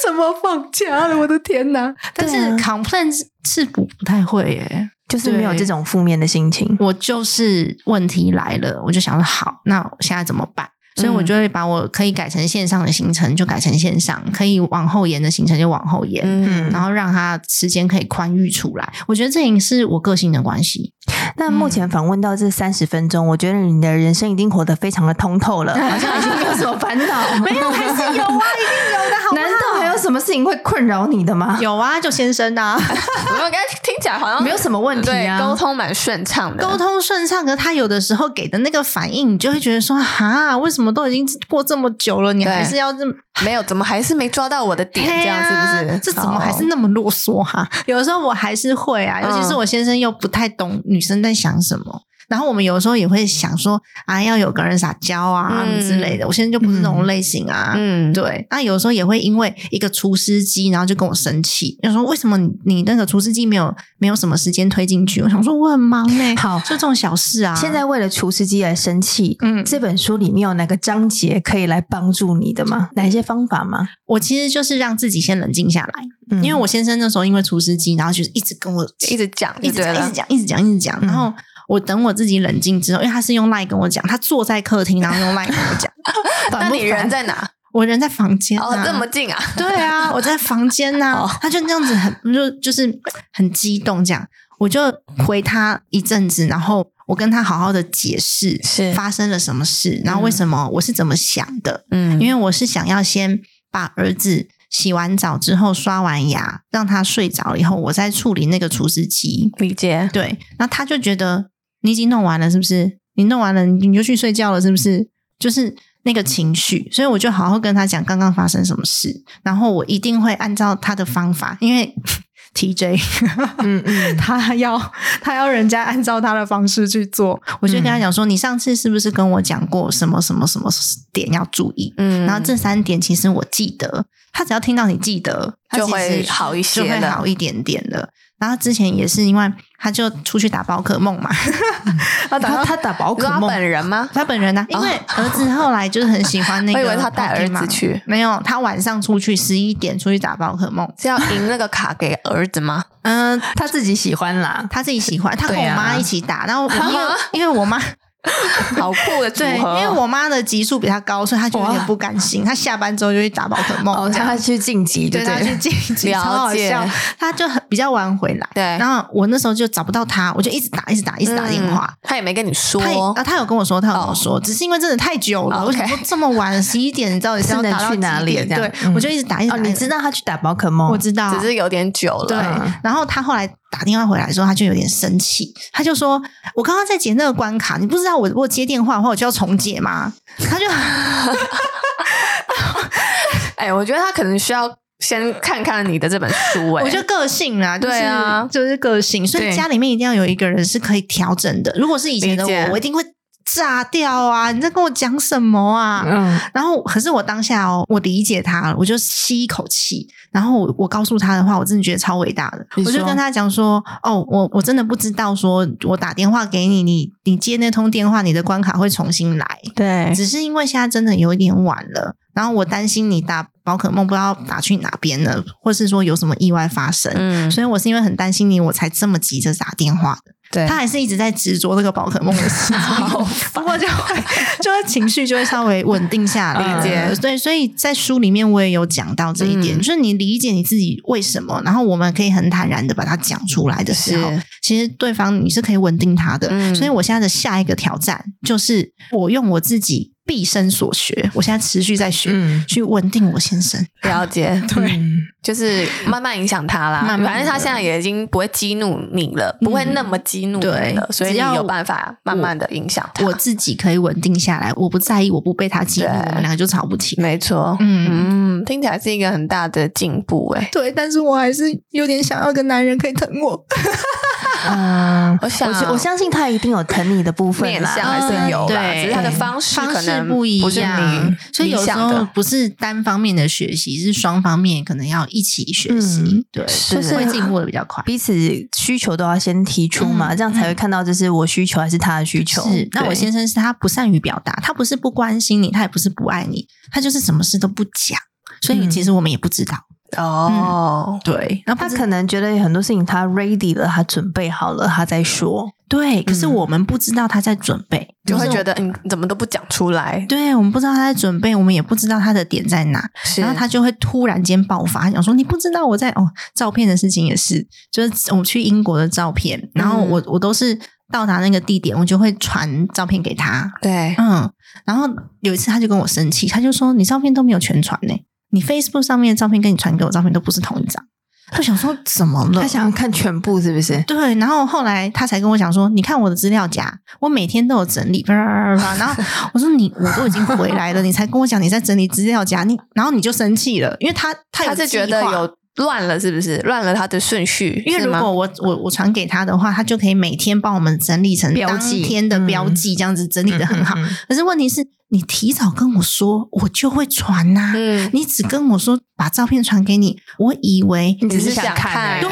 C: 怎么放假了？我的天哪！ 但是
A: 对啊
C: complain 是是不不太会耶。
A: 就是没有
C: 对
A: 这种负面的心情。
C: 我就是问题来了，我就想说好，那我现在怎么办？所以我就会把我可以改成线上的行程就改成线上，可以往后延的行程就往后延，
B: 嗯
C: 然后让他时间可以宽裕出来。我觉得这也是我个性的关系。
A: 那目前访问到这三十分钟，我觉得你的人生已经活得非常的通透了， 好像已经没有什么烦恼。没有，还是 有啊，一定有的，好难道还有什么事情会困扰你的吗？
C: 有啊，就先生 啊，
B: 我们刚才听起来好像
A: 没有什么问题
B: 对
A: 啊。
B: 沟通蛮顺畅的，
C: 沟通顺畅，可是他有的时候给的那个反应，你就会觉得说，哈，为什么都已经过这么久了，你还
B: 对
C: 是要这么
B: 没有怎么还是没抓到我的点，
C: 对
B: 这样
C: 呀
B: 是不是？
C: 这怎么还是
B: 好
C: 那么啰嗦哈、有的时候我还是会啊，尤其是
B: 嗯
C: 我先生又不太懂女生在想什么。然后我们有时候也会想说啊，要有个人撒娇啊、
B: 嗯
C: 之类的。我现在就不是这种类型啊，
B: 嗯，
C: 对。那有时候也会因为一个厨师机，然后就跟我生气，就说为什么你你那个厨师机没有没有什么时间推进去？我想说我很忙 呢、
A: 好
C: 就这种小事啊。
A: 现在为了厨师机而生气，
C: 嗯
A: 嗯，这本书里面有哪个章节可以来帮助你的吗？哪一些方法吗？
C: 我其实就是让自己先冷静下来，
A: 嗯
C: 因为我先生那时候因为厨师机，然后就是一直跟我
B: 一直讲
C: 一
B: 就
C: 直
B: 对
C: 讲，一
B: 了，
C: 直，讲，一直讲，一直讲。然后我等我自己冷静之后，因为他是用赖跟我讲，他坐在客厅，然后用赖跟我讲
B: 那
C: 烦不
B: 你人
C: 烦？
B: 在哪？
C: 我人在房间、啊、
B: 哦，这么近啊！
C: 对啊，我在房间呐、
B: 哦
C: 他就那样子很就就是很激动这样，我就回他一阵子，然后我跟他好好的解释
B: 是
C: 发生了什么事，然后为什么我是怎么想的，
B: 嗯
C: 因为我是想要先把儿子洗完澡之后刷完牙，让他睡着以后，我再处理那个除湿机。
B: 理解，
C: 对，那他就觉得你已经弄完了，是不是？你弄完了，你就去睡觉了，是不是？就是那个情绪，所以我就好好跟他讲刚刚发生什么事，然后我一定会按照他的方法，因为 TJ
B: 嗯嗯，
C: 他要他要人家按照他的方式去做，我就跟
B: 嗯
C: 他讲说，你上次是不是跟我讲过什么什么什么点要注意？
B: 嗯
C: 然后这三点其实我记得，他只要听到你记得，他
B: 就
C: 其实
B: 会好一些
C: 就会
B: 了
C: 好一点点的。然后之前也是因为他就出去打宝可梦嘛， 他打
A: 他
C: 到
A: 他打宝
B: 你
A: 可
B: 说他
A: 梦，
B: 本人吗？
C: 他本人呢、因为儿子后来就是很喜欢那个，
B: 哦 我以为他带儿子去，
C: 没有，他晚上出去十一点出去打宝可梦，
B: 是要赢那个卡给儿子 吗？
C: 嗯、
A: 他自己喜欢啦。
C: 他自己 喜欢，他跟
A: 对
C: 我
A: 啊
C: 妈一起打，然后我因为因为我妈。
B: 好酷的组
C: 对，因
B: 合，哦
C: 为我妈的级数比她高，所以她就有点不甘心。她下班之后就去打宝可梦，
A: 哦，
C: 这样
A: 他去晋级，
C: 对
A: 对
C: 她
A: 对
C: 去
A: 了？
C: 晋级，超好笑
B: 了。
C: 她就很比较晚回来，
B: 对
C: 然后我那时候就找不到她，我就一直打，一直打，一直打电话。
B: 嗯，他也没跟你说
C: 她也啊，她有跟我说，她有跟
A: 哦
C: 我说，只是因为真的太久了，
B: 哦
C: 我想
B: OK
C: 说这么晚十一点，你 到底是要
A: 是能
C: 打到
A: 去
C: 几
A: 哪里
C: 点
A: 这样
C: 对，
A: 嗯
C: 我就一直打，一直
A: 哦，
C: 打，
A: 你
C: 一直
A: 知道他去打宝可梦，
C: 打，我知道，
B: 只是有点久了。
C: 对
A: 嗯，
C: 然后他后来打电话回来的时候，他就有点生气，他就说：“我刚刚在解那个关卡，你不知道我如果接电话的话，我就要重解吗？” 他就
B: 哎，我觉得他可能需要先看看你的这本书，哎，
C: 我就个性啦，就是、
B: 对啊
C: 就是个性，所以
A: 对
C: 家里面一定要有一个人是可以调整的。如果是以前的
B: 理解
C: 我，我一定会炸掉啊！你在跟我讲什么啊？
A: 嗯，
C: 然后，可是我当下哦，我理解他了，我就吸一口气。然后我我告诉他的话，我真的觉得超伟大的。
A: 你
C: 我就
A: 说
C: 跟他讲说：“哦，我我真的不知道说，我打电话给你，你你接那通电话，你的关卡会重新来。
A: 对，嗯
C: 只是因为现在真的有一点晚了，然后我担心你打宝可梦不知道打去哪边了，或是说有什么意外发生。
B: 嗯，
C: 所以我是因为很担心你，我才这么急着打电话的。
B: 对
C: 他还是一直在执着这个宝可梦的事情，不过就会就会情绪就会稍微稳定下来。
A: 理解
C: 对，所以在书里面我也有讲到这一
B: 嗯
C: 点，就是你理解你自己为什么，然后我们可以很坦然的把它讲出来的时候
B: 是，
C: 其实对方你是可以稳定他的。
B: 嗯
C: 所以我现在的下一个挑战就是我用我自己毕生所学，我现在持续在学，
A: 嗯，
C: 去稳定我先生。
B: 了解，
A: 对，
B: 就是慢慢影响他啦。
C: 慢慢地嗯
B: 反正他现在也已经不会激怒你了，不会那么激怒你
C: 对
B: 了，所以
C: 只
B: 你
C: 要
B: 有办法慢慢的影响他。
C: 我自己可以稳定下来，我不在意，我不被他激怒，
B: 对
C: 我们两个就吵不起。
B: 没错，
C: 嗯，
B: 嗯，听起来是一个很大的进步哎、
C: 对，但是我还是有点想要个男人可以疼我。
A: 嗯，
B: 我想
A: 我我相信他一定有疼你的部分
B: 面
A: 啦，嗯
B: 向还是有啦，
C: 啊对
B: 只是他的方式
C: 方
B: 可
C: 式
B: 能
C: 不一
B: 是
C: 样
B: 你，
C: 所以有
B: 理
C: 时
B: 想
C: 候
B: 的。
C: 不是单方面的学习，是双方面可能要一起学习，
A: 嗯
C: 对，
B: 是
C: 就是啊会进步的比较快。
A: 彼此需求都要先提出嘛，
C: 嗯
A: 这样才会看到这是我需求还是他的需求。
C: 是，那我
A: 对
C: 先生是他不善于表达，他不是不关心你，他也不是不爱你，他就是什么事都不讲，所以
A: 嗯
C: 其实我们也不知道。
B: 哦，
C: 对，然后
A: 他
C: 不知
A: 可能觉得有很多事情他 ready 了，他准备好了，他再说。
C: 对，可是
B: 嗯
C: 我们不知道他在准备，
B: 就会
C: 是
B: 觉得嗯，你怎么都不讲出来，
C: 对我们不知道他在准备，我们也不知道他的点在哪，
B: 是
C: 然后他就会突然间爆发，想说你不知道我在哦，照片的事情也是，就是我去英国的照片，然后
A: 嗯
C: 我、我都是到达那个地点，我就会传照片给他，
B: 对
C: 嗯，然后有一次他就跟我生气，他就说你照片都没有全传呢、你 Facebook 上面的照片跟你传给我的照片都不是同一张， 我想说怎么了？
A: 他想要看全部是不是？
C: 对，然后后来他才跟我讲说，你看我的资料夹，我每天都有整理，叭叭叭叭叭。然后我说你我都已经回来了，你才跟我讲你在整理资料夹，你然后你就生气了，因为他他有
B: 他是觉
C: 计
B: 得
C: 划。
B: 有乱了，是不是乱了他的顺序？
C: 因为
B: 是
C: 如
B: 吗
C: 果我我我传给他的话，他就可以每天帮我们整理成
A: 标
C: 当
A: 记
C: 天的标
A: 嗯
C: 记，这样子整理的很好。
A: 嗯，
C: 可是问题是你提早跟我说，我就会传呐、
B: 嗯，
C: 你只跟我说把照片传给你，我以为
A: 你只
B: 只
A: 是
B: 是想
A: 想看
B: 看
A: 而已，
B: 对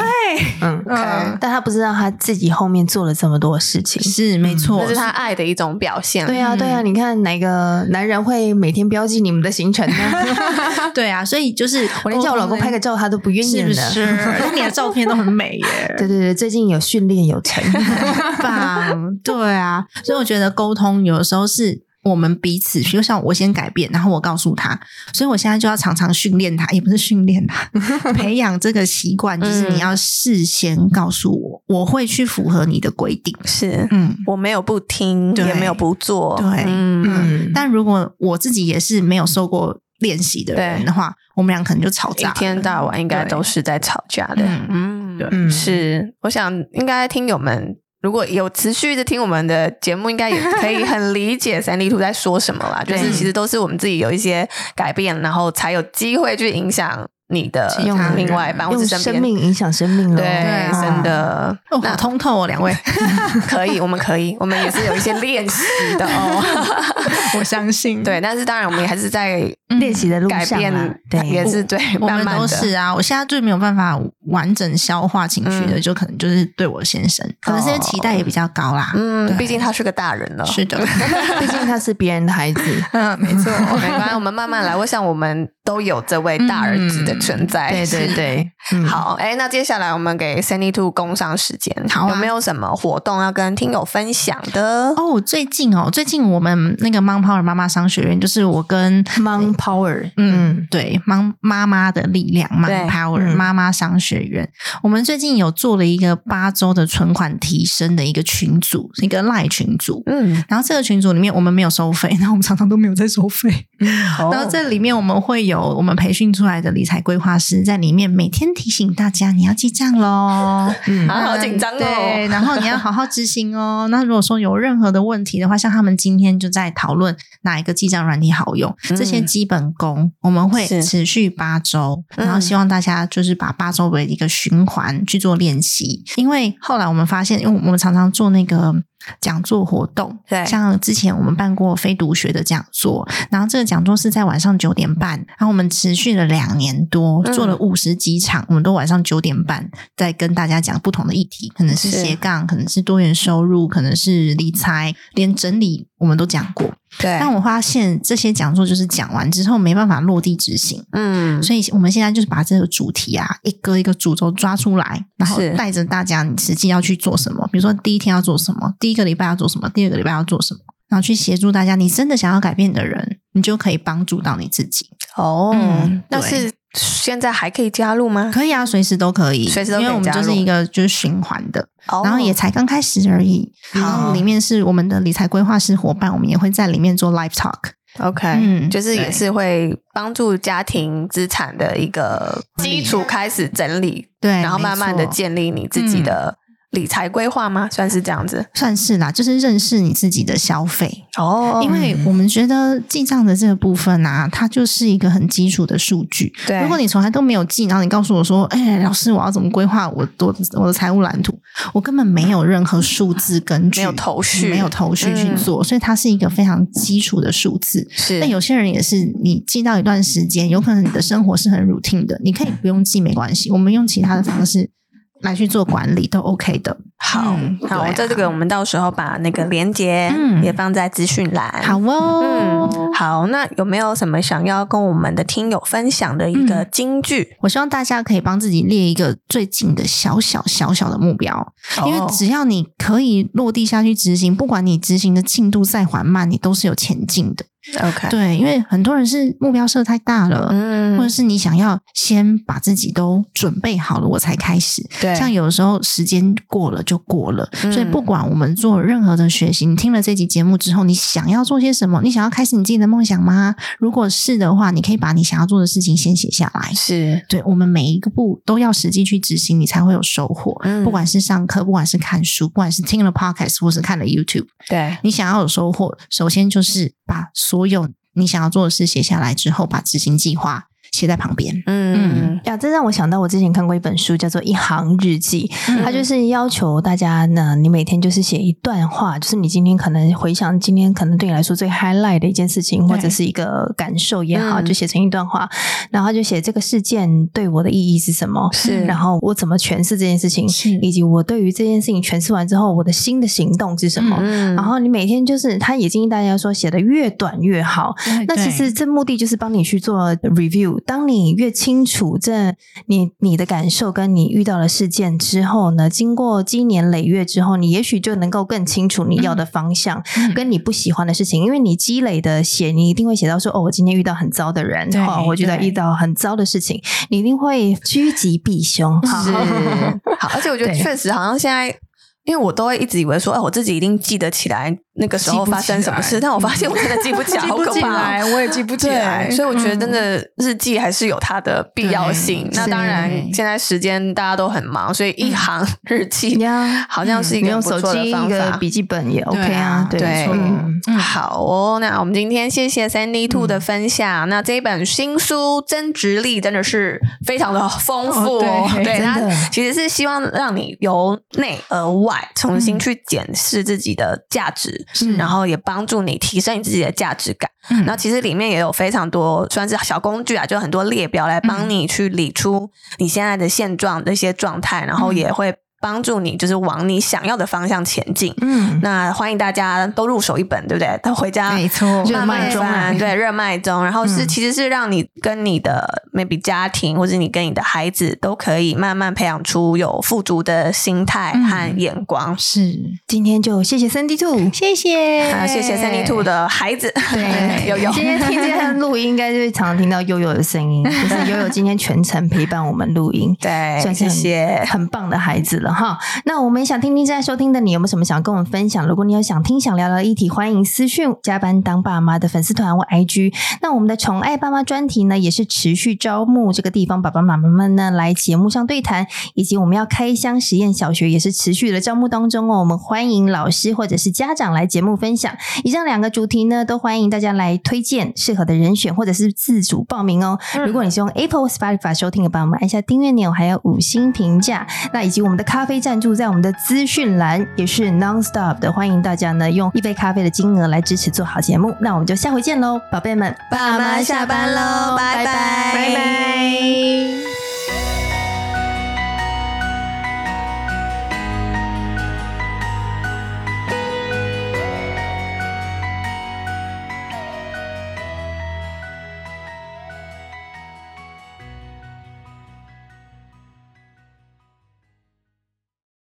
A: 嗯，
B: 嗯
C: 嗯，
A: 但他不知道他自己后面做了这么多事情。
C: 是
A: 嗯
C: 嗯没错，
B: 这是他爱的一种表现。
A: 对啊，对啊，你看哪个男人会每天标记你们的行程呢？
C: 对啊，所以就是
A: 我连叫我老公拍个照他都不愿意
C: 是
A: 呢。
C: 不是？ 而且你的照片都很美耶，
A: 对对对，最近有训练有 成。
C: 很棒，对啊，所以我觉得沟通有的时候是我们彼此，就像我先改变，然后我告诉他，所以我现在就要常常训练他，也不是训练他， 培养这个习惯，就是你要事先告诉我，我会去符合你的规定，
B: 是
C: 嗯。
B: 我没有不听，
C: 对
B: 也没有不做。
C: 对
B: 嗯，
C: 嗯，但如果我自己也是没有受过练习的人
B: 对
C: 的话，我们俩可能就吵
B: 一
C: 架了，
B: 天到晚应该都是在吵架的
C: 对。嗯
B: 嗯，
C: 对
A: 嗯
B: 是，我想应该听友们。如果有持续的听我们的节目，应该也可以很理解三立图在说什么 啦。就
C: 对
B: 是其实都是我们自己有一些改变，然后才有机会去影响你的
C: 其他人
B: 另外一半或
A: 用
B: 是身
A: 生
B: 边。
A: 命影响生命咯
B: 对，
C: 啊
B: 真 的
C: 哦，好通透哦，两位，
B: 可以，我们可以，我们也是有一些练习的哦。
C: 我相信
B: 对，但是当然我们也还是在
C: 嗯
A: 练习的路
B: 改
A: 上啊
B: 变，，也
A: 对，
B: 是 对，
C: 我
B: 慢
C: 们
B: 慢
C: 都
B: 的
C: 是啊，我现在最没有办法完整消化情绪的，
B: 嗯
C: 就可能就是对我先生，可能是因为期待也比较高啦。
B: 嗯，
C: 对
B: 毕竟他是个大人了。
C: 是的，
B: 嗯
A: 毕竟他是别人的孩子。
C: 嗯，没 错，
B: 没关系，我们慢慢来。我想我们都有这位大儿子
C: 嗯
B: 的存在。
A: 对对对，嗯，
B: 好，哎，那接下来我们给 Sandy Two 工商时间，
C: 好啊
B: 有没有什么活动要跟听友分享的？
C: 哦，最近哦，最近我们那个 Mom Power 妈妈商学院，就是我跟
A: ，Mom Power，
C: 嗯
A: 嗯，
C: 对，妈妈妈的力量妈
B: 对
C: Power
A: 嗯
C: 妈妈商学院，我们最近有做了一个八周的存款提升的一个群组，一个赖群组。
B: 嗯，
C: 然后这个群组里面我们没有收费，然后我们常常都没有在收费。
B: 好
C: 然后这里面我们会有我们培训出来的理财规划师在里面每天提醒大家你要记账喽，
A: 嗯
B: 啊，好紧张
C: 嗯对，
B: 哦。
C: 然后你要好好执行哦。 那如果说有任何的问题的话，像他们今天就在讨论哪一个记账软体好用，这些
B: 嗯
C: 基本功我们会
B: 是
C: 持续八周，
B: 嗯
C: 然后希望大家就是把八周为一个循环去做练习，因为后来我们发现，因为我们常常做那个讲座活动，
B: 对
C: 像之前我们办过非读学的讲座，然后这个讲座是在晚上九点半，然后我们持续了两年多，
B: 嗯
C: 做了五十几场，我们都晚上九点半在跟大家讲不同的议题，可能是
B: 是
C: 斜杠，可能是多元收入，可能是理财，连整理我们都讲过。
B: 对，
C: 但我发现这些讲座就是讲完之后没办法落地执行，
B: 嗯，
C: 所以我们现在就是把这个主题啊，一个一个主轴抓出来，然后
B: 是
C: 带着大家，你实际要去做什么？比如说第一天要做什么，第一个礼拜要做什么，第二个礼拜要做什么，然后去协助大家。你真的想要改变的人，你就可以帮助到你自己。
B: 哦
C: 嗯，
B: 那
C: 对
B: 是现在还可以加入吗？
C: 可以啊，随时都可以，
B: 随时都可以
C: 因为我们
B: 加
C: 就
B: 入
C: 是一个就是循环的，
B: 哦
C: 然后也才刚开始而已。然后里面是我们的理财规划师伙伴，我们也会在里面做 live talk。
B: OK，、
C: 嗯
B: 就是也
C: 对
B: 是会帮助家庭资产的一个基础开始整理，
C: 啊对，
B: 然后慢慢
C: 没
B: 的
C: 错嗯
B: 建立你自己的理财规划吗？算是这样子
C: 算是啦，就是认识你自己的消费。
B: 哦
C: 因为我们觉得记账的这个部分啊，它就是一个很基础的数据。
B: 对，
C: 如果你从来都没有记，然后你告诉我说：“哎，老师，我要怎么规划我我我的财务蓝图？”我根本没有任何数字根据，
B: 没有头绪嗯
C: 没有头绪去做，所以它是一个非常基础的数字。
B: 是
C: 但有些人也是，你记到一段时间，有可能你的生活是很 routine 的，你可以不用记没关系，我们用其他的方式来去做管理都 OK 的。
B: 好
C: 嗯
B: 好，
C: 对啊
B: 这个我们到时候把那个连接
C: 嗯
B: 也放在资讯栏。
C: 好哦，
B: 嗯，好，那有没有什么想要跟我们的听友分享的一个
C: 嗯
B: 金句？
C: 我希望大家可以帮自己列一个最近的小小小小的目标，因为
B: 哦
C: 只要你可以落地下去执行，不管你执行的进度再缓慢，你都是有前进的。
B: OK，
C: 对，因为很多人是目标设太大了。或者
B: 嗯，
C: 是你想要先把自己都准备好了，我才开始。
B: 对
C: 像有的时候时间过了就过了，
B: 嗯
C: 所以不管我们做任何的学习，你听了这集节目之后，你想要做些什么？你想要开始你自己的梦想吗？如果是的话，你可以把你想要做的事情先写下来。
B: 是
C: 对我们每一个步都要实际去执行，你才会有收获。
B: 嗯
C: 不管是上课，不管是看书，不管是听了 podcast 或是看了 YouTube，
B: 对，
C: 你想要有收获，首先就是把所有你想要做的事写下来之后，把执行计划写在旁边。
B: 嗯
C: 嗯
A: 呀，这让我想到我之前看过一本书，叫做《一行日记》，
C: 嗯
A: 它就是要求大家呢，你每天就是写一段话，就是你今天可能回想今天可能对你来说最 highlight 的一件事情，
C: 对
A: 或者是一个感受也好，
B: 嗯
A: 就写成一段话，然后就写这个事件对我的意义是什么，
B: 是
A: 然后我怎么诠释这件事情，
C: 是
A: 以及我对于这件事情诠释完之后，我的新的行动是什么。
B: 嗯
C: 哦
A: 然后你每天就是，他也建议大家说写的越短越好，
B: 哎
A: 那其实这目的就是帮你去做 review。当你越清楚这你你的感受跟你遇到的事件之后呢，经过积年累月之后，你也许就能够更清楚你要的方向、
C: 嗯
A: 跟你不喜欢的事情，因为你积累的写，你一定会写到说哦，我今天遇到很糟的人，
C: 对
A: 哦，我觉得
C: 对
A: 遇到很糟的事情，你一定会趋吉避凶。好
B: 是 好，而且我觉得
A: 对
B: 确实好像现在。因为我都会一直以为说，哎，我自己一定记得起来那个时候
C: 记不
B: 发生什么
C: 起来
B: 事，但我发现我真的记不起 来，
C: 记
B: 好
C: 不
B: 可
C: 起
B: 怕
C: 来，
B: 哦。
C: 我也记不起来，
B: 对，所以我觉得真的日记还是有它的必要性
C: 对。嗯
B: 那
C: 是
B: 当然，现在时间大家都很忙，所以一行日记
A: 呀嗯
B: 好像是一
A: 你
B: 个
C: 嗯
A: 用
B: 很不
A: 手
B: 错
A: 机
B: 的
A: 一
B: 方
A: 个
B: 法。
A: 笔记本也 OK 啊，
B: 啊
C: 对
A: 对
B: 没错
A: 嗯
C: 嗯
B: 好哦，那我们今天谢谢 Sandy Two 的分享。那这一本新书增值力真的是非常的丰富哦
C: 哦，对
B: 对，
A: 真
B: 它
A: 的
B: 其实是希望让你由内而外重新去检视自己的价值，然后也帮助你提升你自己的价值感。
C: 嗯
B: 那其实里面也有非常多算是小工具啊，就很多列表来帮你去理出你现在的现状的一些状态，然后也会帮助你就是往你想要的方向前进。
A: 嗯，
B: 那欢迎大家都入手一本，对不对？他回家
C: 没错，
A: 哎热
B: 慢慢
A: 啊卖中啊
B: 翻对，热卖中。然后是、
A: 嗯
B: 其实是让你跟你的 maybe 家庭，或者你跟你的孩子，都可以慢慢培养出有富足的心态
C: 嗯
B: 和眼光。
C: 是
A: 今天就谢谢三 D Two，
C: 谢谢
B: 啊，谢谢三 D Two 的孩子，
C: 对
B: 悠悠。
A: 今天听见他们录音，应该就是常常听到悠悠的声 音，就是悠悠今天全程陪伴我们录音，
B: 对，
A: 算是
B: 谢
A: 很
B: 谢。
A: 很棒的孩子了哈。那我们也想听听正在收听的你有没有什么想跟我们分享？如果你有想听、想聊聊的议题，欢迎私讯加班当爸妈的粉丝团或 IG。那我们的宠爱爸妈专题呢，也是持续招募这个地方爸爸妈妈们呢来呃节目上对谈，以及我们要开箱实验小学也是持续的招募当中哦。我们欢迎老师或者是家长来节目分享。以上两个主题呢，都欢迎大家来推荐适合的人选，或者是自主报名哦。如
B: 嗯
A: 果你是用 Apple、Spotify 收听的，帮我们按下订阅钮，还有五星评价。那以及我们的咖啡赞助，在我们的资讯栏也是 nonstop 的，欢迎大家呢用一杯咖啡的金额来支持做好节目。那我们就下回见喽，宝贝们，
B: 爸妈下班喽拜拜
A: 拜拜